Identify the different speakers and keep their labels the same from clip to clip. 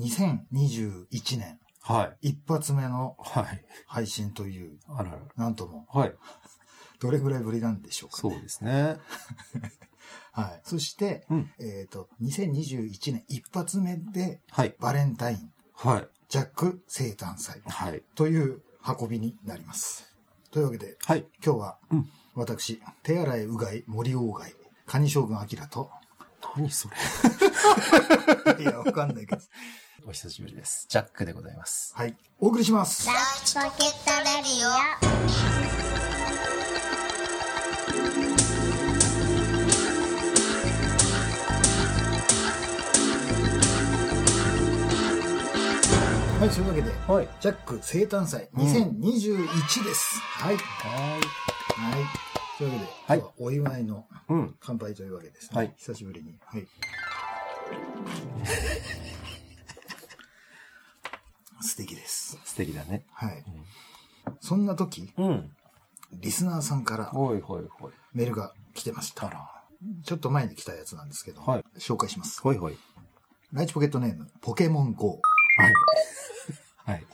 Speaker 1: 2021年
Speaker 2: はい。
Speaker 1: 一発目の
Speaker 2: はい。
Speaker 1: 配信という、
Speaker 2: あらら。
Speaker 1: なんとも、
Speaker 2: はい。
Speaker 1: どれぐらいぶりなんでしょうか、
Speaker 2: そう
Speaker 1: ね。
Speaker 2: ですね。
Speaker 1: はい。そして、
Speaker 2: うん
Speaker 1: えっ、と、2021年一発目で、
Speaker 2: はい。
Speaker 1: バレンタイン、
Speaker 2: はい。
Speaker 1: ジャック生誕祭
Speaker 2: はい。
Speaker 1: という運びになります。というわけで、
Speaker 2: はい。
Speaker 1: 今日は、
Speaker 2: うん
Speaker 1: 私、手洗いうがい、森鴎外、カニ将軍明と、
Speaker 2: 何それ。
Speaker 1: いや、わかんないけど、
Speaker 2: お久しぶりです。ジャックでございます。
Speaker 1: はい。お送りします。
Speaker 3: ランチポケットラジオ
Speaker 1: はい、というわけで、
Speaker 2: はい。
Speaker 1: ジャック生誕祭2021です。はい。
Speaker 2: はい。
Speaker 1: はい。というわけで、
Speaker 2: は
Speaker 1: 今日
Speaker 2: い
Speaker 1: はお祝いの
Speaker 2: うん。
Speaker 1: 乾杯というわけですね。
Speaker 2: はい
Speaker 1: 久しぶりに。はい。 素敵です。
Speaker 2: 素敵だね。
Speaker 1: はい。そんな時、
Speaker 2: うん。
Speaker 1: リスナーさんから
Speaker 2: はいはいはい。
Speaker 1: メールが来てました。ちょっと前に来たやつなんですけど、
Speaker 2: はい
Speaker 1: 紹介します。
Speaker 2: はいはい。
Speaker 1: ライチポケットネーム、ポケモン GO。
Speaker 2: はい。 はい。よ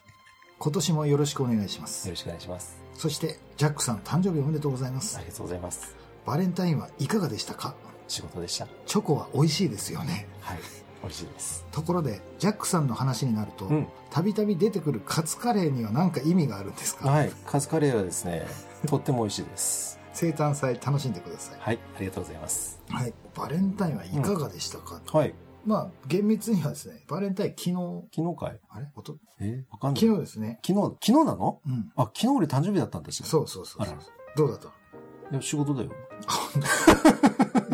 Speaker 1: 今年もよろしくお願いします。
Speaker 2: ろしくお願いします。
Speaker 1: そして、ジャックさん誕生日おめでとうございます
Speaker 2: あ。りがとうございます。
Speaker 1: バレンタインはいかがでしたか
Speaker 2: 仕事でした。
Speaker 1: チョコは美味しいですよね。
Speaker 2: はい。美味しいです。
Speaker 1: ところで、ジャックさんの話になると
Speaker 2: うん、
Speaker 1: たびたび出てくるカツカレーには何か意味があるんですか
Speaker 2: はい。カツカレーはですね、とっても美味しいです。
Speaker 1: 生誕祭楽しんでください。
Speaker 2: はい。ありがとうございます。
Speaker 1: はい。バレンタインはいかがでしたか、
Speaker 2: はい。
Speaker 1: まあ、厳密にはですね、バレンタイン昨日、
Speaker 2: 昨日かい
Speaker 1: あれおと
Speaker 2: えわかんない。
Speaker 1: 昨日ですね。
Speaker 2: 昨日、昨日なの
Speaker 1: うん。
Speaker 2: あ、昨日俺誕生日だったんですよ。
Speaker 1: そうそうそう
Speaker 2: あ
Speaker 1: そ
Speaker 2: ら
Speaker 1: う
Speaker 2: ら。
Speaker 1: どうだった
Speaker 2: いや、仕事だよ。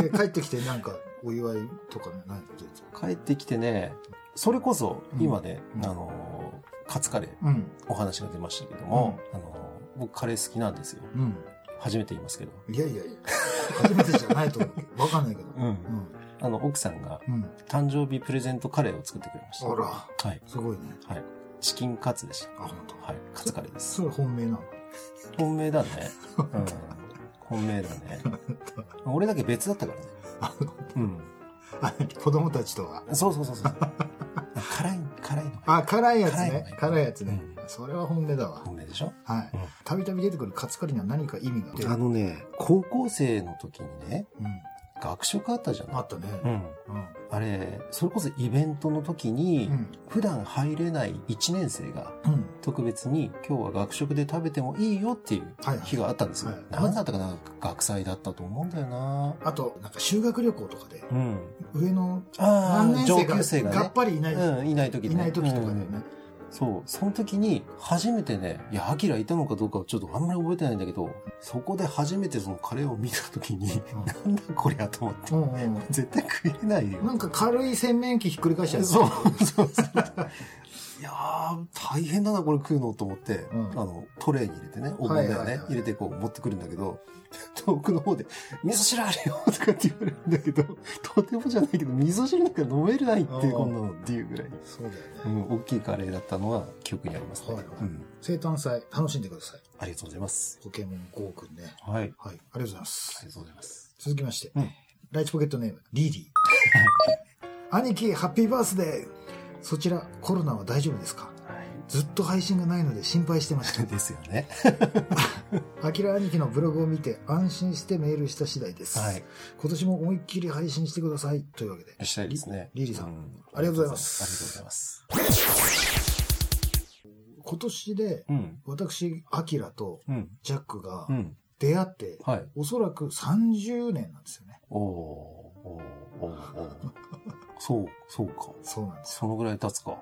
Speaker 1: で帰ってきてなんかお祝いとかね、ないことですか
Speaker 2: 帰ってきてね、それこそ、今ね、
Speaker 1: うん
Speaker 2: あのー、カツカレー、
Speaker 1: うん。
Speaker 2: お話が出ましたけども、あのー、僕カレー好きなんですよ。
Speaker 1: うん。
Speaker 2: 初めて言いますけど。
Speaker 1: いやいやいや。初めてじゃないと思うけ ど。わかんないけど。
Speaker 2: う。
Speaker 1: うんん。
Speaker 2: あの、奥さんが
Speaker 1: うん。
Speaker 2: 誕生日プレゼントカレーを作ってくれました。
Speaker 1: あら、
Speaker 2: はい。
Speaker 1: すごいね。
Speaker 2: はい。チキンカツでした。
Speaker 1: あ、本当。
Speaker 2: はい。カツカレーです。
Speaker 1: それ本命なの
Speaker 2: 本命だね。うん。本命だ ね。俺だけ別だったからね。うん。
Speaker 1: あ子供たちとは。
Speaker 2: そうそうそ うそう。辛い、辛いの。
Speaker 1: あ、辛いやつね。辛い
Speaker 2: 辛い
Speaker 1: やつね、
Speaker 2: う
Speaker 1: それは本命だわ。
Speaker 2: 本命でしょ
Speaker 1: は
Speaker 2: うん
Speaker 1: い。たびたび出てくるカツカリには何か意味がある。
Speaker 2: あのね、高校生の時にね、
Speaker 1: うん。
Speaker 2: 学食あったじゃな
Speaker 1: あ
Speaker 2: い
Speaker 1: ったね。
Speaker 2: うん。
Speaker 1: うん。
Speaker 2: あれ、それこそイベントの時に、
Speaker 1: うん。
Speaker 2: 普段入れない1年生が
Speaker 1: うん。
Speaker 2: 特別に今日は学食で食べてもいいよっていう
Speaker 1: はいはい
Speaker 2: 日があったんですよ。
Speaker 1: はい
Speaker 2: 何だったかな学祭だったと思うんだよな
Speaker 1: あと、なんか修学旅行とかで、
Speaker 2: うん。
Speaker 1: 上の
Speaker 2: あ
Speaker 1: 何年
Speaker 2: あ、上
Speaker 1: 生
Speaker 2: 級生
Speaker 1: がが
Speaker 2: が
Speaker 1: っぱりいない、
Speaker 2: ね。うん、いない時ね
Speaker 1: いない時とかだよ
Speaker 2: うん
Speaker 1: ね。
Speaker 2: そう。その時に、初めてね、いや、アキラいたのかどうかはちょっとあんまり覚えてないんだけど、そこで初めてそのカレーを見た時に、 なんだこりゃと思って
Speaker 1: う。んうん
Speaker 2: 絶対食えないよ。
Speaker 1: なんか軽い洗面器ひっくり返したやつ
Speaker 2: そうそうそう。 いやー、大変だな、これ食うのと思って、
Speaker 1: うん
Speaker 2: あの、トレーに入れてね、お盆だよね、
Speaker 1: はいはいはい
Speaker 2: 入れてこう持ってくるんだけど、遠くの方で、味噌汁あるよとかって言われるんだけど、 とてもじゃないけど、味噌汁なんか飲めないって、
Speaker 1: うん
Speaker 2: こんなのっていうぐらい、
Speaker 1: そうだよね。
Speaker 2: うん、大きいカレーだったのは記憶にありますね。
Speaker 1: はいはい
Speaker 2: うん。
Speaker 1: 生誕祭、楽しんでください。
Speaker 2: ありがとうございます。
Speaker 1: ポケモン GO くんね。
Speaker 2: はい。あり
Speaker 1: はい。ありがとうございます。
Speaker 2: がとうございます。
Speaker 1: 続きまして、
Speaker 2: うん
Speaker 1: ライチポケットネームリリ ー兄貴ハッピーバースデーそちらコロナは大丈夫ですか
Speaker 2: は
Speaker 1: ずっと配信がないので心配してまし
Speaker 2: い。ですよね。
Speaker 1: たアキラ兄貴のブログを見て安心してメールした次第です、
Speaker 2: はい。
Speaker 1: 今年も思いっきり配信してくださいというわけで
Speaker 2: したい ですね。
Speaker 1: リリーさん
Speaker 2: うん
Speaker 1: ありがとうございます
Speaker 2: ありがとうございます。
Speaker 1: 今年で
Speaker 2: うん。
Speaker 1: 私アキラと
Speaker 2: うん。
Speaker 1: ジャックが
Speaker 2: うん。
Speaker 1: 出会って、
Speaker 2: はい。
Speaker 1: おそらく30年なんですよね
Speaker 2: おーおーおーおー そう、そうか。
Speaker 1: そうなんですよ
Speaker 2: そのぐらい経つか。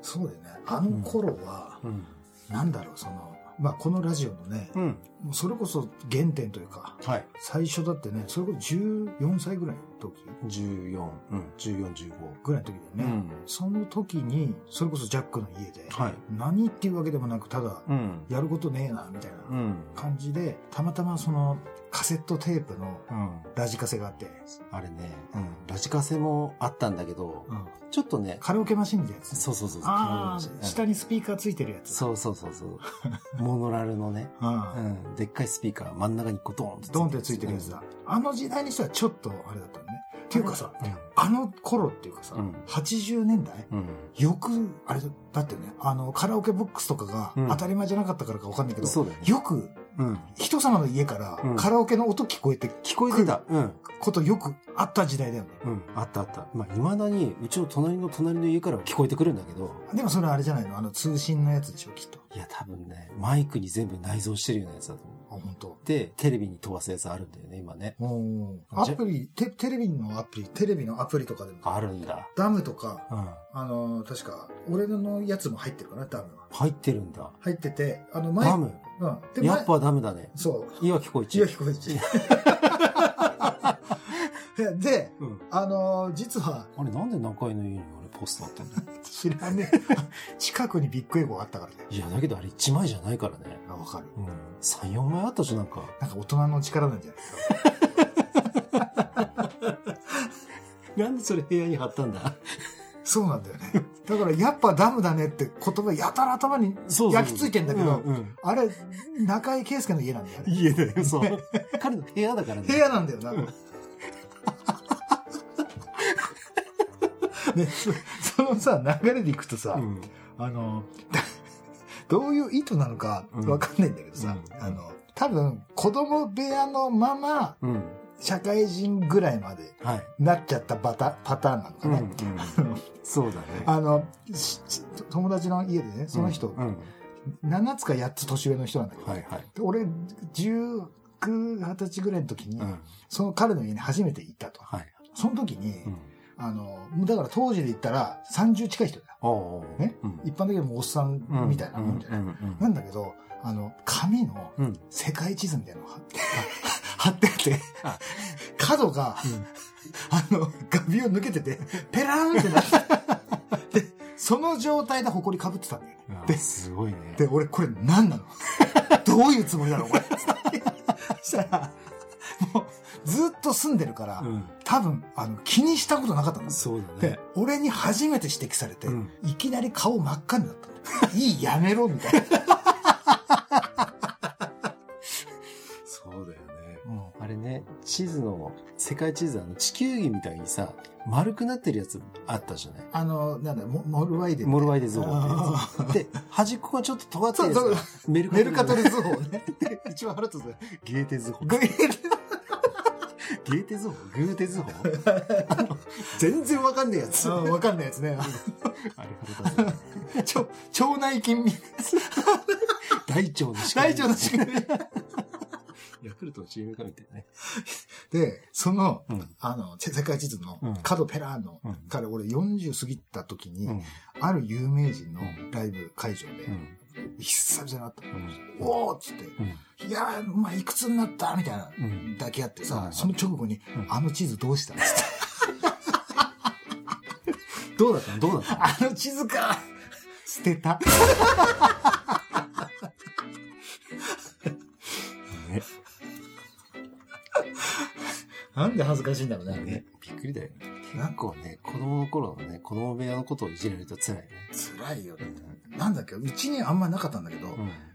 Speaker 1: そうだよねあの頃は、
Speaker 2: うん。
Speaker 1: なんだろうそのまあこのラジオのね、
Speaker 2: うん。
Speaker 1: もうそれこそ原点というか
Speaker 2: はい。
Speaker 1: 最初だってね、それこそ14歳ぐらいの時
Speaker 2: 14、うん。14、15。
Speaker 1: ぐらいの時だよね。その時に、それこそジャックの家で、
Speaker 2: はい。
Speaker 1: 何っていうわけでもなく、ただ、
Speaker 2: うん。
Speaker 1: やることねえな、みたい
Speaker 2: うん。う。
Speaker 1: なん感じで、たまたまそのカセットテープの
Speaker 2: うん。
Speaker 1: ラジカセがあって、
Speaker 2: あれね、うん。ラジカセもあったんだけど、
Speaker 1: うん
Speaker 2: ちょっとね、
Speaker 1: カラオケマシンみたいなやつ。
Speaker 2: そうそうそう。
Speaker 1: あ
Speaker 2: 気になり
Speaker 1: あ、
Speaker 2: ました
Speaker 1: 下にスピーカーついてるやつ。
Speaker 2: そうそうそ うそう。モノラルのね、
Speaker 1: うん
Speaker 2: うん。でっかいスピーカー、真ん中にこうドーンと
Speaker 1: ドンってついてるやつ。
Speaker 2: う
Speaker 1: だ
Speaker 2: ん。
Speaker 1: あの時代にしてはちょっとあれだったのね。ていうかさ、あの頃っていうかさ、
Speaker 2: うん
Speaker 1: 80年代
Speaker 2: うん。
Speaker 1: よく、あれだだってね、あの、カラオケボックスとかが
Speaker 2: うん
Speaker 1: 当たり前じゃなかったからかわかんないけど、
Speaker 2: そうだよね
Speaker 1: よく
Speaker 2: うん。
Speaker 1: 人様の家から
Speaker 2: うん
Speaker 1: カラオケの音聞こえて
Speaker 2: 聞こえてた。うん。
Speaker 1: ことよくあった時代だよね。
Speaker 2: うん。あったあった。まあ、未だに、うちの隣の隣の家からは聞こえてくるんだけど、
Speaker 1: でもそれあれじゃないのあの通信のやつでしょ、きっと。
Speaker 2: いや、多分ね、マイクに全部内蔵してるようなやつだと思う。
Speaker 1: あ、本当。
Speaker 2: で、テレビに飛ばすやつあるんだよね、今ね。
Speaker 1: おー
Speaker 2: あ
Speaker 1: ア
Speaker 2: じゃ
Speaker 1: プリテ、テレビのアプリ、テレビのアプリとかでも、
Speaker 2: あるんだ。
Speaker 1: ダムとか、
Speaker 2: うん。
Speaker 1: あのー確か、俺のやつも入ってるかな、ダムは。
Speaker 2: 入ってるんだ。
Speaker 1: 入ってて、あの、前、
Speaker 2: ダム。
Speaker 1: うん。で、
Speaker 2: やっ
Speaker 1: 前、
Speaker 2: ぱダムだね。
Speaker 1: そう、
Speaker 2: いわきこいち
Speaker 1: 千。代彦一。 で、
Speaker 2: うん。
Speaker 1: あのー実は、
Speaker 2: あれ、なんで中井の家に俺ポストあっ たんだ
Speaker 1: 知らね え。近くにビッグエゴがあったからね。
Speaker 2: いや、だけどあれ1枚じゃないからね。
Speaker 1: あわかる。
Speaker 2: うん。3、4枚あったじゃん、なんか。
Speaker 1: なんか大人の力なんじゃないですか。
Speaker 2: なんでそれ部屋に貼ったんだ
Speaker 1: そうなんだよね。だから、やっぱダムだねって言葉、やたら頭に
Speaker 2: そうそうそう
Speaker 1: 焼き付いてんだけど、
Speaker 2: うんうん
Speaker 1: あれ、中井圭介の家なんだよね。
Speaker 2: 家だ よ、そう。彼の部屋だからね。
Speaker 1: 部屋なんだよな。ね、そそのさ、流れでいくとさ、
Speaker 2: うん。
Speaker 1: あの、どういう意図なのかわかんないんだけどさ、
Speaker 2: うん
Speaker 1: あの、多分、子供部屋のまま、
Speaker 2: うん。
Speaker 1: 社会人ぐらいまで
Speaker 2: はい。
Speaker 1: なっちゃったパタパターンなのか
Speaker 2: うんう
Speaker 1: ね。
Speaker 2: ん。そうだね。
Speaker 1: あの、しし友達の家でね、その人、
Speaker 2: うん。うん
Speaker 1: 7つか8つ年上の人なんだけど、
Speaker 2: はいはい。
Speaker 1: で俺、19、20歳ぐらいの時に、
Speaker 2: うん。
Speaker 1: その彼の家に初めて行ったと。
Speaker 2: はい。
Speaker 1: その時に、
Speaker 2: うん。
Speaker 1: あの、だから当時で言ったら30近い人だよ。
Speaker 2: おうおう
Speaker 1: ね
Speaker 2: うん
Speaker 1: 一般的にもうおっさんみたいなもんじゃない。
Speaker 2: うんうんうん
Speaker 1: なんだけど、あの、紙の
Speaker 2: うん。
Speaker 1: 世界地図みたいなのが 貼って貼ってて
Speaker 2: あ、
Speaker 1: 角が、あの、画ビを抜けてて、ペラーンってなって、で、その状態で埃かぶってたんだよね。
Speaker 2: うん
Speaker 1: です
Speaker 2: ごいね。
Speaker 1: で、俺これ何なのどういうつもりなの これ。そしたら、もう、ずっと住んでるから、
Speaker 2: うん。
Speaker 1: 多分、あの、気にしたことなかったんです
Speaker 2: そうだ
Speaker 1: で
Speaker 2: ね。、
Speaker 1: 俺に初めて指摘されて、
Speaker 2: うん
Speaker 1: いきなり顔真っ赤になったの。いい、やめろ、みたいな。
Speaker 2: そうだよね。
Speaker 1: うん
Speaker 2: あれね、地図の、世界地図あの地球儀みたいにさ、丸くなってるやつあったじゃない
Speaker 1: あの、なんだ、モモルワイデン。
Speaker 2: モルワイデゾーンっ
Speaker 1: あ
Speaker 2: てやつ。で、端っこがちょっと尖ってるやつ
Speaker 1: そう
Speaker 2: がメル
Speaker 1: ーメルカト
Speaker 2: ル。
Speaker 1: ル図法ね。 一番腹立つね。
Speaker 2: ゲーテ図法。
Speaker 1: グイ
Speaker 2: ゲーテ図法グーテ図法あの全然わかんねえやつ。
Speaker 1: あ
Speaker 2: あ
Speaker 1: わかんないやつね。
Speaker 2: れ腹立 つね
Speaker 1: ちょ腸内菌 み、
Speaker 2: 大腸の仕
Speaker 1: 大腸の仕組み。
Speaker 2: ヤクルトの CM かみたいなね。
Speaker 1: で、その、
Speaker 2: うん
Speaker 1: あの、せ世界地図の
Speaker 2: うん
Speaker 1: 角ペラーの、
Speaker 2: うん
Speaker 1: から俺40過ぎた時に、
Speaker 2: うん。
Speaker 1: ある有名人の
Speaker 2: うん
Speaker 1: ライブ会場で、
Speaker 2: うん。
Speaker 1: 久々に会ったの。
Speaker 2: うん
Speaker 1: おーっつって、いやー、まあ、いくつになったみたいな、
Speaker 2: うん
Speaker 1: だけあって
Speaker 2: はい
Speaker 1: さ
Speaker 2: は、い
Speaker 1: その直後に、
Speaker 2: うん
Speaker 1: あの地図どうしたんですか
Speaker 2: どうだったのどうだったの
Speaker 1: あの地図か 捨てた。
Speaker 2: ね
Speaker 1: なんで恥ずかしいんだろうねあれね
Speaker 2: ね。、びっくりだよね。結構ね、子供の頃のね、子供部屋のことをいじられると辛いね。
Speaker 1: 辛いよね。なんだっけ、うちにあんまなかったんだけど、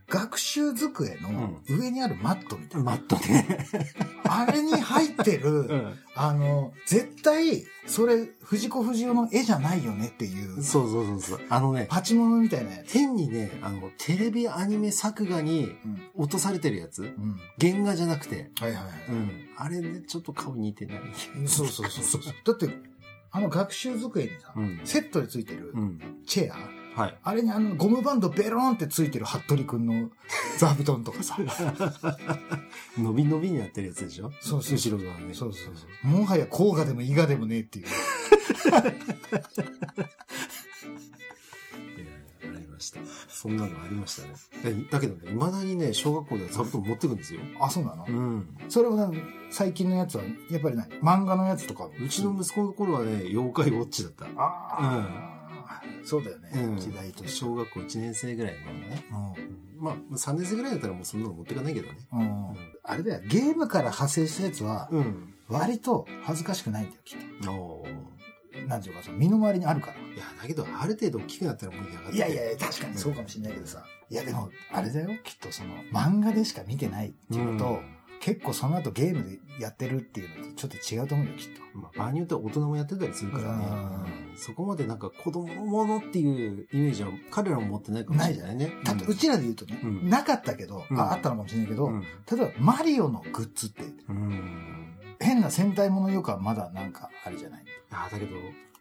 Speaker 1: 学習机の上にあるマットみたいな。
Speaker 2: マットね。
Speaker 1: あれに入って る、あの、絶対、それ、藤子不二雄の絵じゃないよねっていう、
Speaker 2: そうそうそうそう。あのね、
Speaker 1: パチモノみたいなやつ。
Speaker 2: 変にね、あの、テレビアニメ作画に
Speaker 1: うん。
Speaker 2: 落とされてるやつ
Speaker 1: うん。
Speaker 2: 原画じゃなくて。
Speaker 1: はいはいは
Speaker 2: うん。あれね、ちょっと顔似てない。
Speaker 1: い。そうそうそうそう。だって、あの学習机にさ、
Speaker 2: うん
Speaker 1: セットでついてる
Speaker 2: うん。
Speaker 1: チェア、
Speaker 2: はい。
Speaker 1: あれにあのゴムバンドベローンってついてる服部くんの座布団とか さ。
Speaker 2: 伸び伸びになってるやつでしょ
Speaker 1: そうそう
Speaker 2: 後ろ側ね。
Speaker 1: そうそうそう。もはや甲賀でも伊賀でもねえっていう。
Speaker 2: いやいやありました。そんなのありましたね。えだけどね、未だにね、小学校では座布団持ってくんですよ。
Speaker 1: あ、そうなの、
Speaker 2: うん。
Speaker 1: それもなんか最近のやつは、やっぱりない。漫画のやつとかも。
Speaker 2: うちの息子の頃はね、妖怪ウォッチだった。
Speaker 1: ああ、そうだよね。
Speaker 2: うん
Speaker 1: 時代として。
Speaker 2: 小学校1年生ぐらいのね。うんまあ、3年生ぐらいだったらもうそんなの持ってかないけどね。
Speaker 1: うんうんあれだよ、ゲームから派生したやつは、
Speaker 2: うん。
Speaker 1: 割と恥ずかしくないんだよ、きっ
Speaker 2: おー
Speaker 1: と。なんていうか、その身の回りにあるから。
Speaker 2: いや、だけど、ある程度大きくなったらもうやがって。
Speaker 1: いやいやいや、確かにそうかもしれないけどさ。いや、でも、あれだよ、きっとその、漫画でしか見てないっていうのと、
Speaker 2: うん
Speaker 1: 結構その後ゲームでやってるっていうのとちょっと違うと思うよ、きっと。
Speaker 2: まあ、場合によっては大人もやってたりするからね
Speaker 1: うん。
Speaker 2: うんそこまでなんか子供のものっていうイメージは彼らも持ってないかもしれないね。
Speaker 1: だってうちらで言うとね、
Speaker 2: うん
Speaker 1: なかったけど、
Speaker 2: うん
Speaker 1: あ、あったのかもしれないけど、
Speaker 2: うん
Speaker 1: 例えばマリオのグッズって、
Speaker 2: うん。
Speaker 1: 変な戦隊ものよくはまだなんかあれじゃない。
Speaker 2: ああ、だけど、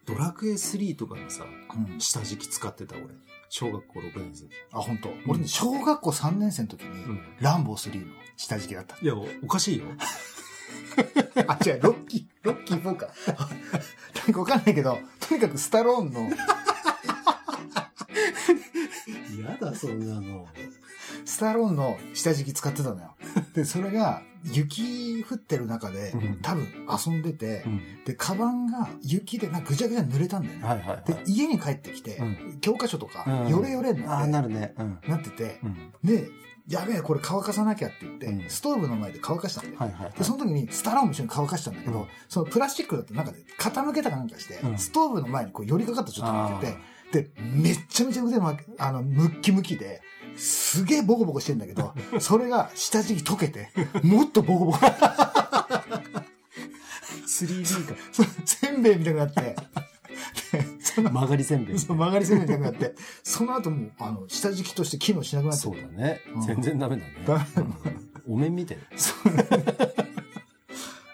Speaker 2: ドラクエ3とかのさ、
Speaker 1: うん。
Speaker 2: 下敷き使ってた俺。小学校6年生。
Speaker 1: あ、本当。俺ね、小学校3年生の時に、
Speaker 2: うん
Speaker 1: ランボー3の下敷きだった。
Speaker 2: いや、おおかしいよ。
Speaker 1: あ、違う、ロッキー、ロッキー4か。なんかわかんないけど、とにかくスタローンの、
Speaker 2: 嫌だ、そんなの。
Speaker 1: スタローンの下敷き使ってたのよ。で、それが、雪降ってる中で
Speaker 2: うん、
Speaker 1: 多分遊んでて、で、カバンが雪でなんかぐちゃぐちゃ濡れたんだよね。
Speaker 2: はいはい、はい
Speaker 1: で、家に帰ってきて
Speaker 2: う、
Speaker 1: 教科書とか
Speaker 2: う、ん
Speaker 1: ヨレヨレに
Speaker 2: あ
Speaker 1: な
Speaker 2: あ、
Speaker 1: って、な
Speaker 2: なるね。う
Speaker 1: っ
Speaker 2: ん。
Speaker 1: てて、
Speaker 2: うん。
Speaker 1: で、やべえ、これ乾かさなきゃって言って、
Speaker 2: うん
Speaker 1: ストーブの前で乾かしたんだよ。
Speaker 2: はいはい、はい。
Speaker 1: で、その時にスタローンも一緒に乾かしたんだけど、
Speaker 2: うん
Speaker 1: そのプラスチックだとなんかで傾けたかなんかして、
Speaker 2: うん
Speaker 1: ストーブの前にこう寄りかかった状態になって
Speaker 2: あ
Speaker 1: て、で、めっちゃめちゃ腕ま、あの、ムッキムキで、すげえボコボコしてんだけ ど、それが下敷き溶けて、もっとボコボコ、
Speaker 2: 3D か。
Speaker 1: そうせんべいみたいになって、でその、
Speaker 2: 曲がりせんべい。
Speaker 1: その曲がりせんべいみたいになって、その後もう、あの、下敷きとして機能しなくなっちゃ
Speaker 2: そ
Speaker 1: っ
Speaker 2: う
Speaker 1: て、
Speaker 2: だね
Speaker 1: うん。
Speaker 2: 全然ダメだね。
Speaker 1: ダ
Speaker 2: うんお面みたいな。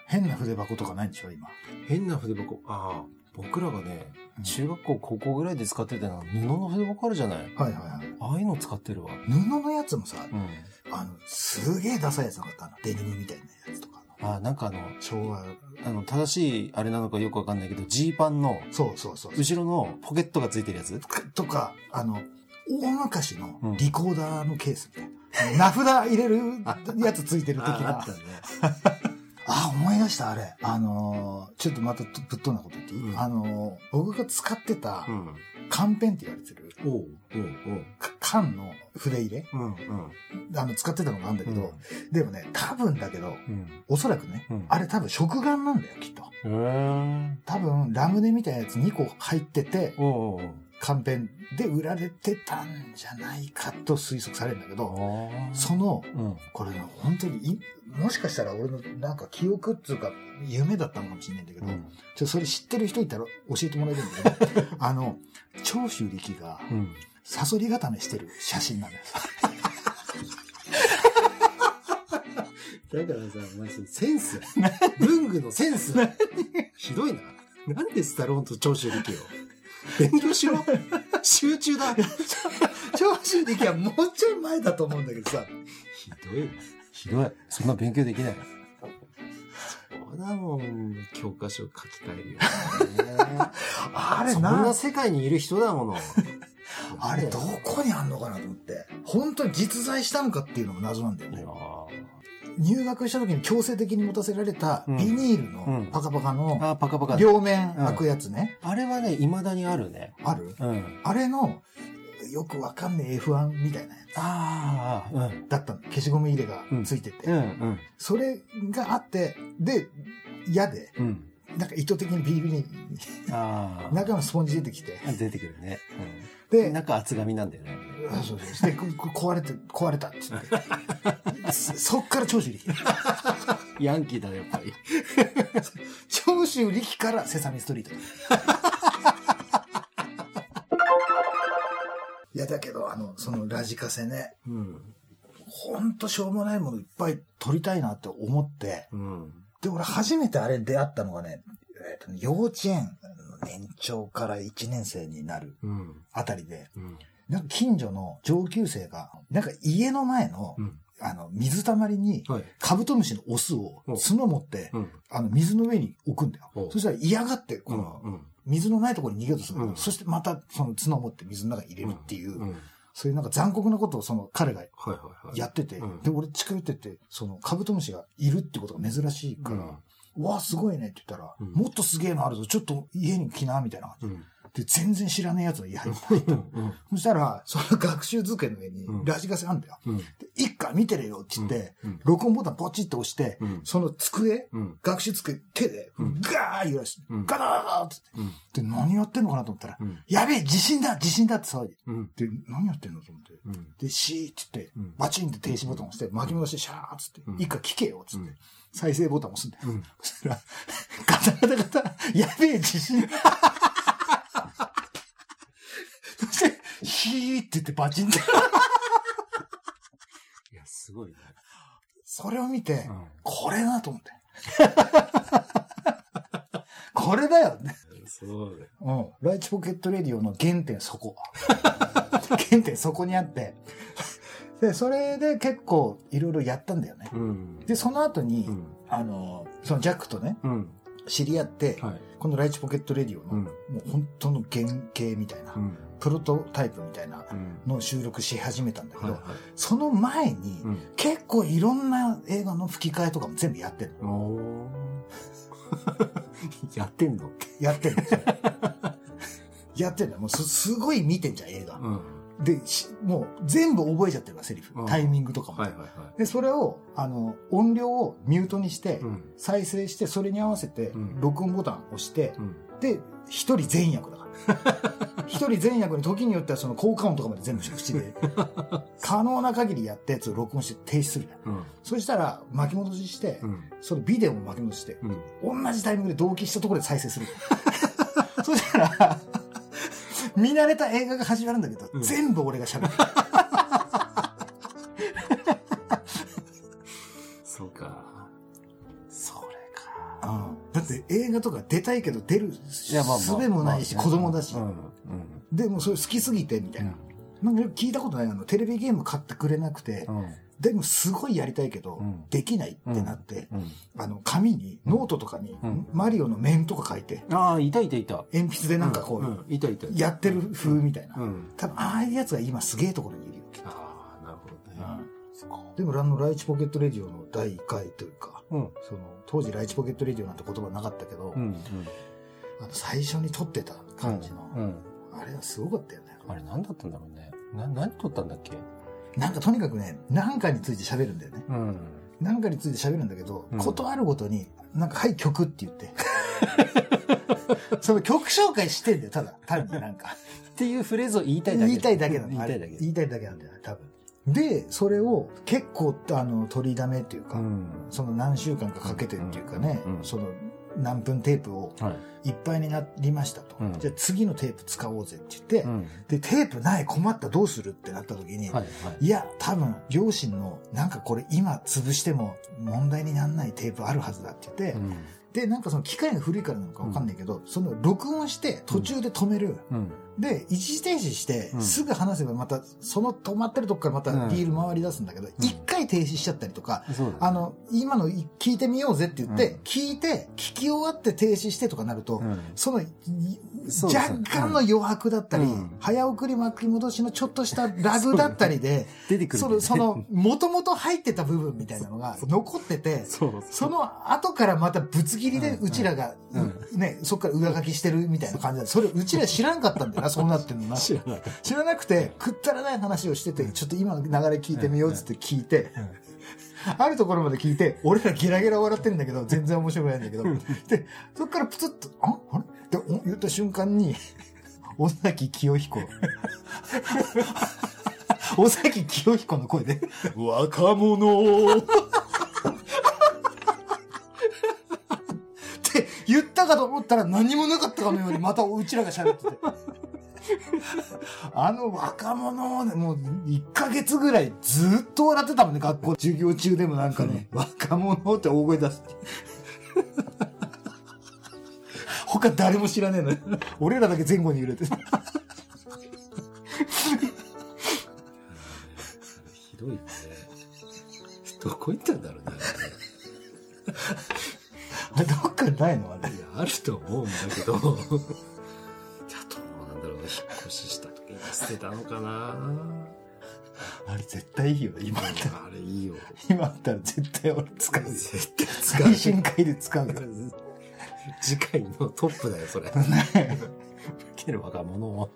Speaker 1: 変な筆箱とかないんでしょ、今。
Speaker 2: 変な筆箱。ああ、僕らがね
Speaker 1: うん、
Speaker 2: 中学校、高校ぐらいで使ってたのは布の筆箱あるじゃない。
Speaker 1: はいはいはい。
Speaker 2: ああいうの使ってるわ。
Speaker 1: 布のやつもさ、
Speaker 2: うん。
Speaker 1: あの、すげえダサいやつなかったの。デニムみたいなやつとか。
Speaker 2: ああ、なんかあの、
Speaker 1: 昭和。
Speaker 2: あの、正しいあれなのかよくわかんないけど、ジーパンの
Speaker 1: そうそうそう。
Speaker 2: 後ろのポケットがついてるやつ。
Speaker 1: とか、あの、大昔
Speaker 2: う
Speaker 1: の
Speaker 2: ん
Speaker 1: リコーダーのケースみたいな。あの名札入れるやつついてる時
Speaker 2: あ
Speaker 1: が
Speaker 2: あ。ったね。
Speaker 1: あ、思い出した、あれ。あのーちょっとまたとぶっ飛んだこと言っていい、
Speaker 2: うん
Speaker 1: あのー僕が使ってた
Speaker 2: う、ん。
Speaker 1: 缶ペンって言われてる、
Speaker 2: おう、おう、
Speaker 1: か缶の筆入れ
Speaker 2: おう。うん、うん。
Speaker 1: あの、使ってたのがあるんだけど、でもね、多分だけど、
Speaker 2: うん。
Speaker 1: おそらくね、
Speaker 2: うん
Speaker 1: あれ多分食玩なんだよ、きっと。
Speaker 2: へえ。
Speaker 1: 多分、ラムネみたいなやつ2個入ってて、
Speaker 2: おうおう
Speaker 1: カンペンで売られてたんじゃないかと推測されるんだけ
Speaker 2: お
Speaker 1: ど、
Speaker 2: う。ああ。
Speaker 1: その、
Speaker 2: うん。
Speaker 1: これね、本当にい、もしかしたら俺のなんか記憶っていうか、夢だったのかもしれないんだけど、
Speaker 2: う
Speaker 1: ちょ
Speaker 2: ん。
Speaker 1: っとそれ知ってる人いたら教えてもらえるんだけど、あの、長州力が
Speaker 2: うん。
Speaker 1: サソリ固めしてる写真なんだよ。
Speaker 2: だからさ、お前それセン ス。文具のセンス。ひどいな。なんでスタローンと長州力を。勉強しろ。集中だ。
Speaker 1: 長州力はもうちょい前だと思うんだけどさ、
Speaker 2: ひどいな。ひどい。そんな勉強できない。そうだもん。教科書書き換えるよ、
Speaker 1: あ
Speaker 2: あ
Speaker 1: れ
Speaker 2: れそん
Speaker 1: な
Speaker 2: な世界にいる人だも の。
Speaker 1: あれどこにあんのかなと思って、本当に実在したのかっていうのも謎なんだよ
Speaker 2: い
Speaker 1: ね
Speaker 2: や。ー
Speaker 1: 入学した時に強制的に持たせられた
Speaker 2: うん
Speaker 1: ビニールの
Speaker 2: うん
Speaker 1: パカパカの
Speaker 2: あー、パカパカ。
Speaker 1: 両面開くやつね。
Speaker 2: あれはね、未だにあるね。
Speaker 1: ある
Speaker 2: うん。
Speaker 1: あれの、よくわかんねえ F1 みたいなや
Speaker 2: ああ、うん。
Speaker 1: つだったの。消しゴム入れがついて
Speaker 2: うん、
Speaker 1: て。
Speaker 2: うん、
Speaker 1: それがあって、で、嫌で、
Speaker 2: うん。
Speaker 1: なんか意図的にビリビリ、
Speaker 2: ああ。
Speaker 1: 中のスポンジ出てきて。
Speaker 2: 出てくるね。うん
Speaker 1: で、
Speaker 2: 中厚紙なんだよね。
Speaker 1: あそうそうそうで、ここ壊れて、壊れたって言って。そそっから長州力。
Speaker 2: ヤンキーだね、やっぱり。
Speaker 1: 長州力からセサミストリー ト。いや、だけど、あの、そのラジカセね、
Speaker 2: うん。
Speaker 1: ほんとしょうもないものいっぱい撮りたいなって思って、
Speaker 2: うん。
Speaker 1: で、俺初めてあれに出会ったのがね、えーとね幼稚園の年長から1年生になる
Speaker 2: うん。
Speaker 1: あたりで、
Speaker 2: うん。
Speaker 1: なんか近所の上級生が、なんか家の前の、あの、水たまりに、
Speaker 2: はい。
Speaker 1: カブトムシのオスを角持って、
Speaker 2: うん。
Speaker 1: あの、水の上に置くんだよ
Speaker 2: お。う
Speaker 1: そしたら嫌がって、この、
Speaker 2: うん。
Speaker 1: 水のないところに逃げようとするんだけど、
Speaker 2: うん
Speaker 1: そしてまたその角を持って水の中に入れるっていう、
Speaker 2: うん。はい
Speaker 1: そういうなんか残酷なことをその彼が
Speaker 2: はいはい。
Speaker 1: やってて、
Speaker 2: うん
Speaker 1: で、俺近寄ってって、そのカブトムシがいるってことが珍しいから、うわあすごいねって言ったら、
Speaker 2: うん
Speaker 1: もっとすげえのあるぞ、ちょっと家に来な、みたいな感
Speaker 2: うん。
Speaker 1: で、全然知らねえやつが家入った。
Speaker 2: うん。
Speaker 1: そしたら、その学習机の上に
Speaker 2: うん
Speaker 1: ラジカセあんだよ。
Speaker 2: うん。
Speaker 1: で一回見てれよって言って、
Speaker 2: うん
Speaker 1: 録音ボタンポチッと押して、
Speaker 2: うん
Speaker 1: その机、
Speaker 2: うん。
Speaker 1: 学習机手で、
Speaker 2: うん
Speaker 1: ガー揺らして、
Speaker 2: うん
Speaker 1: ガタガタガタって
Speaker 2: うん。
Speaker 1: で、何やってんのかなと思ったら、
Speaker 2: うん
Speaker 1: やべえ、地震だ地震だって騒いで。
Speaker 2: うん。
Speaker 1: で、何やってんのと思って。
Speaker 2: うん。
Speaker 1: で、シーって言って
Speaker 2: うん、
Speaker 1: バチンって停止ボタン押して、巻き戻してシャーっつって
Speaker 2: う、ん
Speaker 1: 一回聞けよっつっ
Speaker 2: う
Speaker 1: て
Speaker 2: ん、
Speaker 1: 再生ボタン押すんだよ。
Speaker 2: うん。
Speaker 1: そしたら、 ガタガタガタ、やべえ地震。 そして、ヒーって言ってバチンって。
Speaker 2: いや、すごいね。
Speaker 1: それを見て
Speaker 2: うん、
Speaker 1: これだと思って。 これだよね。
Speaker 2: そうだよ。
Speaker 1: うん。ライチポケットレディオの原点そこ。原点そこにあって。で、それで結構いろいろやったんだよね。
Speaker 2: うん。
Speaker 1: で、その後に、
Speaker 2: うん。
Speaker 1: あの、そのジャックとね、
Speaker 2: うん。
Speaker 1: 知り合って、
Speaker 2: はい。
Speaker 1: このライチポケットレディオの、
Speaker 2: うん
Speaker 1: もう本当の原型みたいな、
Speaker 2: うん。
Speaker 1: プロトタイプみたいな
Speaker 2: うん。
Speaker 1: のを収録し始めたんだけ
Speaker 2: はい
Speaker 1: ど、
Speaker 2: は
Speaker 1: その前に、
Speaker 2: い。
Speaker 1: 結構いろんな映画の吹き替えとかも全部やってる
Speaker 2: うん。おー。や ってんの
Speaker 1: やってる やってるんだ。もうすすごい見てんじゃん、映画。
Speaker 2: うん。
Speaker 1: で、しもう全部覚えちゃってるから、セリフ
Speaker 2: う。ん
Speaker 1: タイミングとかも。
Speaker 2: はいはいは
Speaker 1: で、それを、あの、音量をミュートにして、
Speaker 2: い。うん。
Speaker 1: 再生して、それに合わせて
Speaker 2: う、ん
Speaker 1: 録音ボタンを押して、
Speaker 2: うん。
Speaker 1: で、一人全役だ から。一人全役に時によってはその効果音とかまで全部口で、可能な限りやったやつを録音して停止するじゃん。
Speaker 2: うん。
Speaker 1: そしたら巻き戻しして、
Speaker 2: うん。
Speaker 1: そのビデオも巻き戻して、
Speaker 2: うん。
Speaker 1: 同じタイミングで同期したところで再生す る。そしたら、見慣れた映画が始まるんだけど、
Speaker 2: うん
Speaker 1: 全部俺が喋る。
Speaker 2: そうか。それか。
Speaker 1: だって映画とか出たいけど出る術もないし、子供だし
Speaker 2: う。ん。うん。
Speaker 1: でもそれ好きすぎて、みたいな。なんかよく聞いたことないあの、テレビゲーム買ってくれなくて
Speaker 2: う、ん。
Speaker 1: でもすごいやりたいけど、
Speaker 2: うん
Speaker 1: できないってなって、
Speaker 2: うん。
Speaker 1: あの、紙に、ノートとかに、
Speaker 2: うん
Speaker 1: マリオの面とか書いて、
Speaker 2: ああ、いたいたいた。
Speaker 1: 鉛筆でなんかこう、
Speaker 2: ん、いたいた。
Speaker 1: やってる風みたいな。
Speaker 2: うん。
Speaker 1: 多分、ああいうやつが今すげえところにいるよ。
Speaker 2: ああ、なるほどね。そっか。
Speaker 1: でも、あの、ライチポケットレディオの第1回というか、
Speaker 2: うん。
Speaker 1: その、当時ライチポケットレディオなんて言葉なかったけど、
Speaker 2: うん。
Speaker 1: あの最初に撮ってた感じの、
Speaker 2: うん。
Speaker 1: あれはすごかったよね。
Speaker 2: あれ何だったんだろうね。な、何撮ったんだっけ
Speaker 1: なんかとにかくね、なんかについて喋るんだよね。
Speaker 2: うん。
Speaker 1: なんかについて喋るんだけど、
Speaker 2: うん
Speaker 1: ことあるごとに、なんか、はい、曲って言って。 その曲紹介してんだよ、ただ。単になんか。
Speaker 2: っていうフレーズを言いたいだけ。
Speaker 1: 言いたいだけなの。
Speaker 2: 言い
Speaker 1: あ
Speaker 2: た
Speaker 1: れ
Speaker 2: いだけ。
Speaker 1: 言いたいだけなんだよ、多分。で、それを結構、あの、取りだめっていうか、
Speaker 2: ん。
Speaker 1: その何週間かかけてっていうかね、
Speaker 2: うんうん
Speaker 1: その何分テープを
Speaker 2: はい。
Speaker 1: いっぱいになりましたと。
Speaker 2: うん
Speaker 1: じゃあ次のテープ使おうぜって言って、
Speaker 2: ん。
Speaker 1: で、テープない困ったどうするってなった時に、
Speaker 2: はいはい。
Speaker 1: いや、多分、両親の、なんかこれ今潰しても問題にならないテープあるはずだって言って、
Speaker 2: ん。
Speaker 1: で、なんかその機械が古いからなのかわかんないけど、その録音して途中で止める。
Speaker 2: うん。
Speaker 1: で、一時停止して
Speaker 2: う、ん
Speaker 1: すぐ離せばまた、その止まってるとこからまた
Speaker 2: うん
Speaker 1: リール回り出すんだけど、一、回停止しちゃったりとか、
Speaker 2: そうだ。
Speaker 1: あ、の、今の聞いてみようぜって言って、
Speaker 2: うん
Speaker 1: 聞いて、聞き終わって停止してとかなると、
Speaker 2: うん。
Speaker 1: その、い
Speaker 2: そうそう
Speaker 1: 若干の余白だったり、
Speaker 2: うん
Speaker 1: 早送り巻き戻しのちょっとしたラグだったりで、
Speaker 2: 出てくる。
Speaker 1: その、そ、の、もともと入ってた部分みたいなの が残ってて、
Speaker 2: そう。
Speaker 1: そ、の後からまたぶつ切りで
Speaker 2: うん
Speaker 1: うちらが、
Speaker 2: う
Speaker 1: ね、そっから上書きしてるみたいな感じで、それうちら知らんかったんだよな、そうなってんのな。
Speaker 2: 知らない。
Speaker 1: 知らなくて、くったらない話をしてて、ちょっと今の流れ聞いてみようっつって聞いて、あるところまで聞いて、俺らゲラゲラ笑ってんだけど、全然面白くないんだけど、で、そっからプツッと、ああれってお言った瞬間に、尾崎清彦。尾崎清彦の声で、若者って言ったかと思ったら何もなかったかのようにまたうちらが喋ってて。あの若者をね、もう1ヶ月ぐらいずっと笑ってたもんね、学校。授業中でもなんかね、若者って大声出して。 他誰も知らねえのよ。俺らだけ前後に揺れてる。
Speaker 2: ひどいね。どこ行ったんだろうね。
Speaker 1: あれどっかにないのあれ
Speaker 2: い。や、あると思うんだけど。いや、 どうなんだろうね。引っ越しした時に捨てたのかな。
Speaker 1: あれ絶対いいよね、今あったら。
Speaker 2: あれいいよ。
Speaker 1: 今あったら絶対俺使うよ。
Speaker 2: 絶対使う
Speaker 1: 最。新回で使うよ。
Speaker 2: 次回のトップだよ、それ。ける若者を。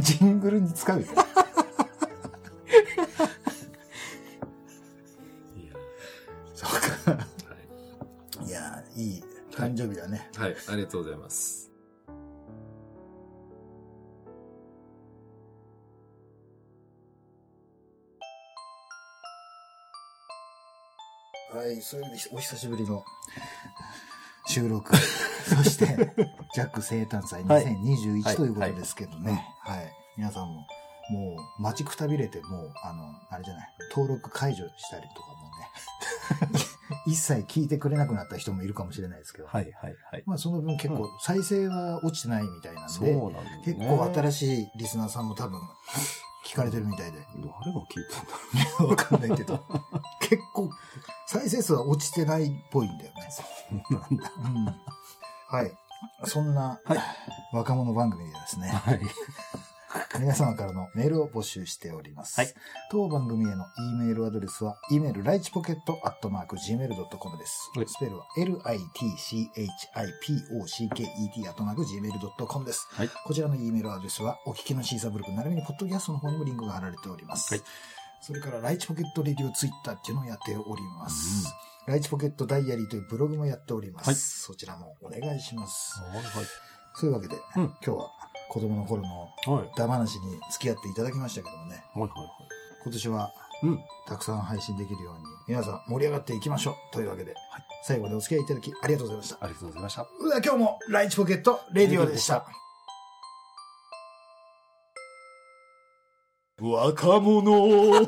Speaker 1: ジングルに使うよ。
Speaker 2: いや、
Speaker 1: そうか。
Speaker 2: はい。
Speaker 1: いやー、いい誕生日だね。
Speaker 2: はい、ありがとうございます。
Speaker 1: はい、そういう意味でお久しぶりの収録。 そして、ジャック生誕祭
Speaker 2: はい
Speaker 1: 2021、
Speaker 2: はい
Speaker 1: ということですけどね。はい。皆さんも、もう待ちくたびれて、もう、あの、あれじゃない、登録解除したりとかもね、 一切聞いてくれなくなった人もいるかもしれないですけど、
Speaker 2: はい、はい、はい。
Speaker 1: まあその分結
Speaker 2: う
Speaker 1: 構再生は落ちてないみたいなん
Speaker 2: そう
Speaker 1: で、
Speaker 2: なんだ、ね。
Speaker 1: 結構
Speaker 2: い。
Speaker 1: 新しいリスナーさんも多分聞かれてるみたいで。
Speaker 2: 誰が聞いた んだ
Speaker 1: わかんないけど。結構、再生数は落ちてないっぽいんだよね。
Speaker 2: ろうなんだ。
Speaker 1: うん。はい。そんな、
Speaker 2: はい
Speaker 1: 若者番組でですね、
Speaker 2: はい。
Speaker 1: 皆様からのメールを募集しております。
Speaker 2: はい
Speaker 1: 当番組への E メールアドレスは、e メールライチポケットアットマーク Gmail.com です。
Speaker 2: はい
Speaker 1: スペルは litchipocket アットマーク Gmail.com です。
Speaker 2: はい
Speaker 1: こちらの E メールアドレスは、お聞きのシーサーブログ、なるみにポッドキャストの方にもリンクが貼られております。
Speaker 2: はい
Speaker 1: それから、ライチポケットレディオツイッターっていうのをやっております。ライチポケットダイアリーというブログもやっております。
Speaker 2: はい
Speaker 1: そちらもお願いします。
Speaker 2: は
Speaker 1: そういうわけで、
Speaker 2: うん
Speaker 1: 今日は子供の頃の
Speaker 2: い。はい。
Speaker 1: ダ話に付き合っていただきましたけどもね、
Speaker 2: はい、は。
Speaker 1: 今年はい
Speaker 2: うん。
Speaker 1: たくさん配信できるように、皆さん盛り上がっていきましょうというわけで、最後までお付き合いいただきありがとうございました。
Speaker 2: ありがとうございました。
Speaker 1: うわ、今日もライチポケットレディオでした。
Speaker 2: 若者